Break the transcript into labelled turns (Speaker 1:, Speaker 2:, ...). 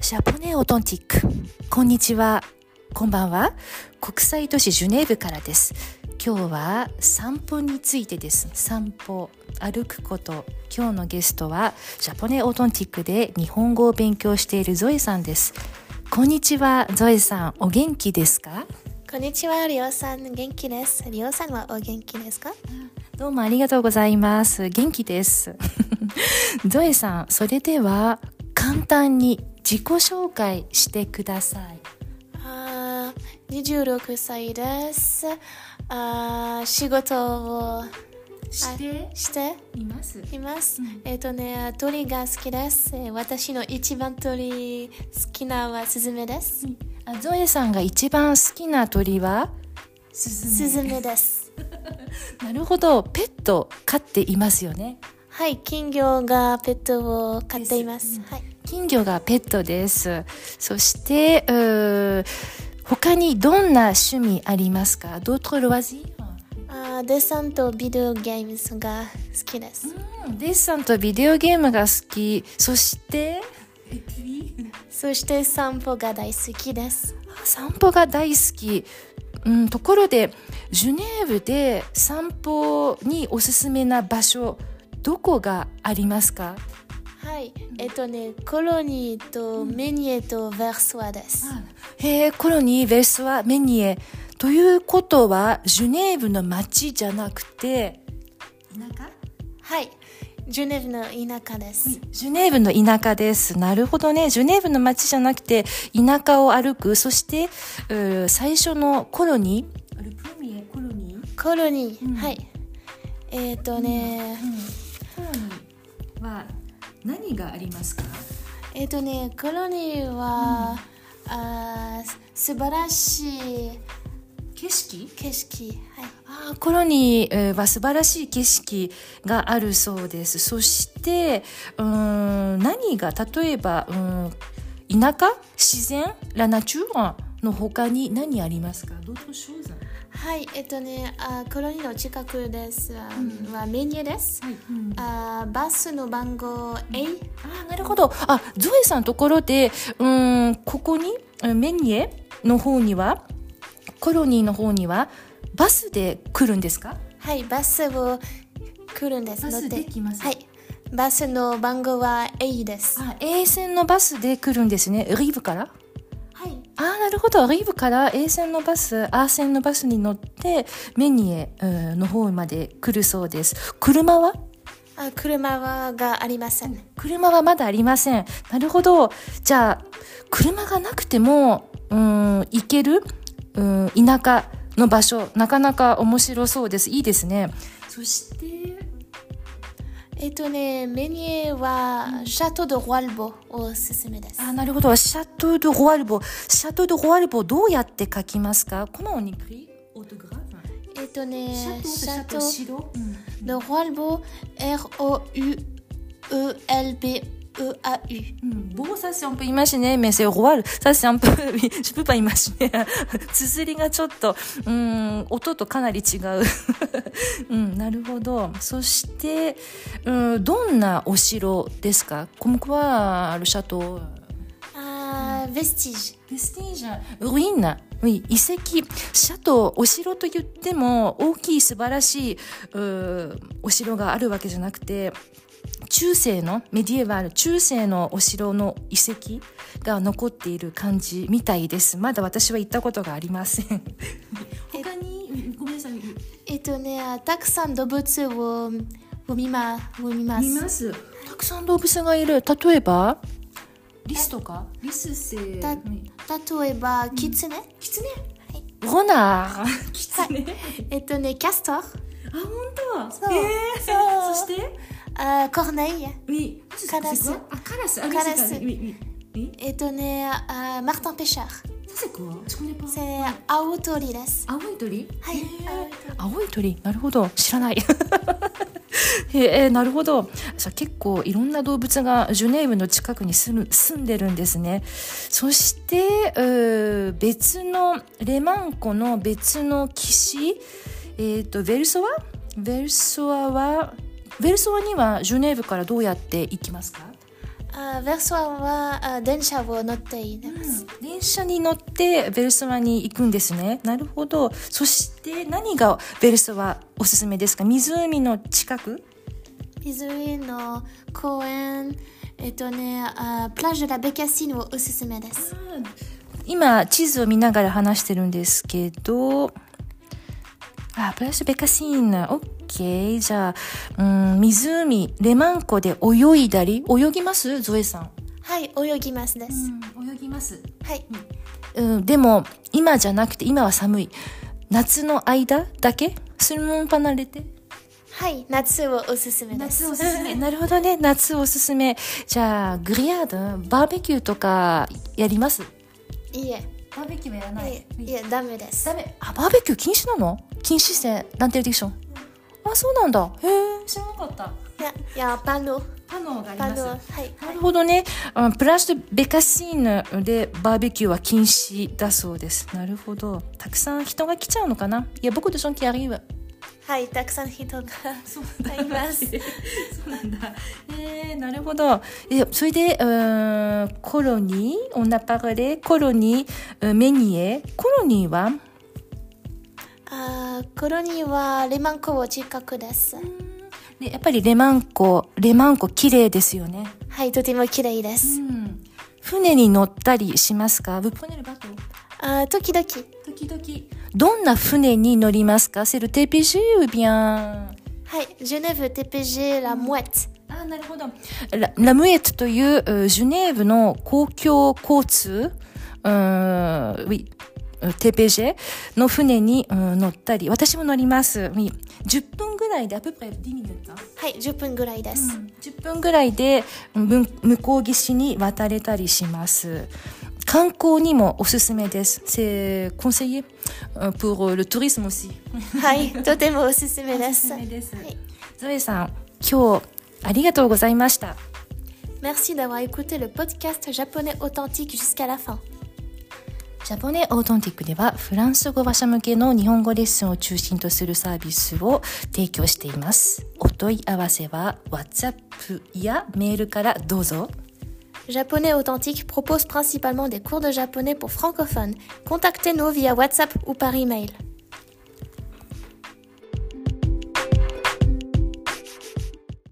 Speaker 1: シャポネオトンティック。こんにちは。こんばんは。国際都市ジュネーブからです。今日は散歩についてです。散歩、歩くこと。今日のゲストは、シャポネオトンティックで日本語を勉強しているゾエさんです。こんにちは、ゾエさん。お元気ですか
Speaker 2: こんにちは、リオさん。元気です。リオさんはお元気ですか
Speaker 1: どうもありがとうございます。元気です。 ゾエさん、それでは、簡単に自己紹介してください。
Speaker 2: あ26歳です。あ仕事を
Speaker 1: して
Speaker 2: して
Speaker 1: います
Speaker 2: います、うん、えっ、ー、とね鳥が好きです、えー、私の一番鳥好きなはスズメです、うん、
Speaker 1: あゾエさんが一番好きな鳥は
Speaker 2: スズメです
Speaker 1: なるほどペット飼っていますよね
Speaker 2: はい金魚がペットを飼っています、うん、はい
Speaker 1: 金魚がペットですそしてう他にどんな趣味ありますか d'autres loisirs
Speaker 2: あデッサンとビデオゲームが好きです、
Speaker 1: うん、デッサンとビデオゲームが好きそして
Speaker 2: そして散歩が大好きです
Speaker 1: 散歩が大好き、うん、ところでジュネーブで散歩におすすめな場所どこがありますか
Speaker 2: はい、えっとね、コロニーとメニエとヴェルソワです。
Speaker 1: うん、へえ、コロニー、ヴェルソワ、メニエ。ということは、ジュネーブの街じゃなくて、
Speaker 2: 田舎はい。ジュネーブの田舎です。
Speaker 1: ジュネーブの田舎です。なるほどね。ジュネーブの街じゃなくて、田舎を歩く。そして、最初のコロニー。ルプミエコロニ
Speaker 2: ーコロニー、うん、はい。えっ、ー、とね、
Speaker 1: うん、コロニーは、何がありますか
Speaker 2: えっ、ー、とねコロニーは、うん、あ素晴らしい
Speaker 1: 景色
Speaker 2: 景色はい
Speaker 1: あコロニーは素晴らしい景色があるそうですそしてうん何が例えばうん田舎自然ラナチューの他に何ありますか
Speaker 2: はい、えっとね、あコロニーの近くです。うん、はメニューです。はいうん、あバスの番号 A、うん、
Speaker 1: あなるほど。あゾエさんところで、うんここにメニューの方にはコロニーの方にはバスで来るんですか？
Speaker 2: はい、バスを来るんです。
Speaker 1: バスで来ます。
Speaker 2: はい。バスの番号は A です。
Speaker 1: あ、A 線のバスで来るんですね。リーブから？
Speaker 2: はい。
Speaker 1: ああ、なるほど。リーブから A 線のバス、A 線のバスに乗って、メニエの方まで来るそうです。車は
Speaker 2: あ車はがありません。
Speaker 1: 車はまだありません。なるほど。じゃあ、車がなくても、うん、行ける、うん、田舎の場所、なかなか面白そうです。いいですね。そして、
Speaker 2: えっとね、メニエは、シャトー・ド・ロワルボおすすめです。
Speaker 1: あ、なるほど。シャトー・ド・ロワルボ。シャトー・ド・ロワルボ、どうやって書きますかこのおにくり
Speaker 2: えっとね、
Speaker 1: シャトー・
Speaker 2: ド・ロワルボ、R-O-U-E-L-B-E-A-U。
Speaker 1: Bon, ça c'est un peu imaginé, mais c'est royal. Ça c'est un peu, je peux pas imaginer. 綴りがちょっと、うん、音とかなり違う。 うん、なるほど。そして、うん、どんなお城ですか Comme quoi, le château?
Speaker 2: あ、うん、vestige。
Speaker 1: vestige。ruine。遺跡、シャトー、お城と言っても大きい素晴らしいお城があるわけじゃなくて、中世のメディエバル中世のお城の遺跡が残っている感じみたいですまだ私は行ったことがありません他にごめんなさい
Speaker 2: えっとねたくさん動物をを見まを見ます
Speaker 1: 見ますたくさん動物がいる例えばリスとかリスせ
Speaker 2: た例えばキツネ、うん、
Speaker 1: キツネゴナー
Speaker 2: キツ ネ、はい、えっとねキャスターあ
Speaker 1: 本当そう、えー、そして
Speaker 2: あコーネイ
Speaker 1: oui.
Speaker 2: カラス
Speaker 1: あカラスカラス oui,
Speaker 2: oui. えっとねあマルタン・ペシャー
Speaker 1: C'est quoi Je connais pas.
Speaker 2: せ青鳥です。
Speaker 1: 青い鳥？
Speaker 2: はい。
Speaker 1: 青い鳥。なるほど。知らない。 へえなるほどじゃ結構いろんな動物がジュネーブの近くに住む住んでるんですねそして別のレマン湖の別の岸えっ、ー、とヴェルソワヴェルソワはベルソワにはジュネーブからどうやって行きますか
Speaker 2: あベルソワはあ電車を乗っています。
Speaker 1: 電車に乗ってベルソワに行くんですね。なるほど。そして何がベルソワおすすめですか湖の近く
Speaker 2: 湖の公園、えっとね、あプラジュラベキャシーヌをおすすめです。
Speaker 1: 今地図を見ながら話してるんですけどあプラスベカシーナオッケーじゃあうん湖レマン湖で泳いだり泳ぎますゾエさん、
Speaker 2: はい、泳ぎますです。
Speaker 1: 泳ぎます、
Speaker 2: はい。
Speaker 1: うん、でも今じゃなくて今は寒い夏の間だけそれも離れて
Speaker 2: はい、夏をおすすめです。
Speaker 1: おすす めなるほどね夏おすすめじゃあグリアードバーベキューとかやります
Speaker 2: いえ、
Speaker 1: バーベキューやら
Speaker 2: いえ、いえ、ダメです。
Speaker 1: ダメあバーベキュー禁止なの禁止してなんて言うでしょうあそうなんだへえ知らなかった
Speaker 2: いや、いや、パノ、
Speaker 1: パノがあり
Speaker 2: パノ、は。
Speaker 1: ないるほどねあプラスベカシーヌでバーベキューは禁止だそうですなるほどたくさん人が来ちゃうのかないや僕とジョンキアリーは
Speaker 2: はい、たくさん人がいます。
Speaker 1: そうなんだえー、なるほどえそれでうーんコロニーオナパグレコロニーうんメニエコロニーは
Speaker 2: あーコロニーはレマンコを近くです。
Speaker 1: でやっぱりレマン湖レマン湖綺麗ですよね
Speaker 2: はい、とても綺麗です。
Speaker 1: うん船に乗ったりしますか
Speaker 2: あー時々、
Speaker 1: どんな船に乗りますかセル TPG ou bien
Speaker 2: はい、ジュネーブ TPG ラモエット。
Speaker 1: あなるほどララムエットといううジュネーブの公共交通うーん oui う TPG の船にうん乗ったり私も乗ります、oui、10分ぐらいであププレ10ミか
Speaker 2: はい、10分ぐらいです。
Speaker 1: 10分ぐらいでうん向こう岸に渡れたりします観光にもおすすめです。C'est conseillé euh, pour le tourisme aussi.
Speaker 2: はい、とてもおすすめです。
Speaker 1: です
Speaker 2: はい
Speaker 1: ゾエさん、今日ありがとうございました。
Speaker 2: Merci d'avoir écouté le podcast japonais authentique jusqu'à la fin.
Speaker 1: ジャポネオートンティックではフランス語話者向けの日本語レッスンを中心とするサービスを提供しています。お問い合わせは WhatsApp やメールからどうぞ。
Speaker 2: Japonais authentique propose principalement des cours de japonais pour francophones. Contactez-nous via WhatsApp ou par email.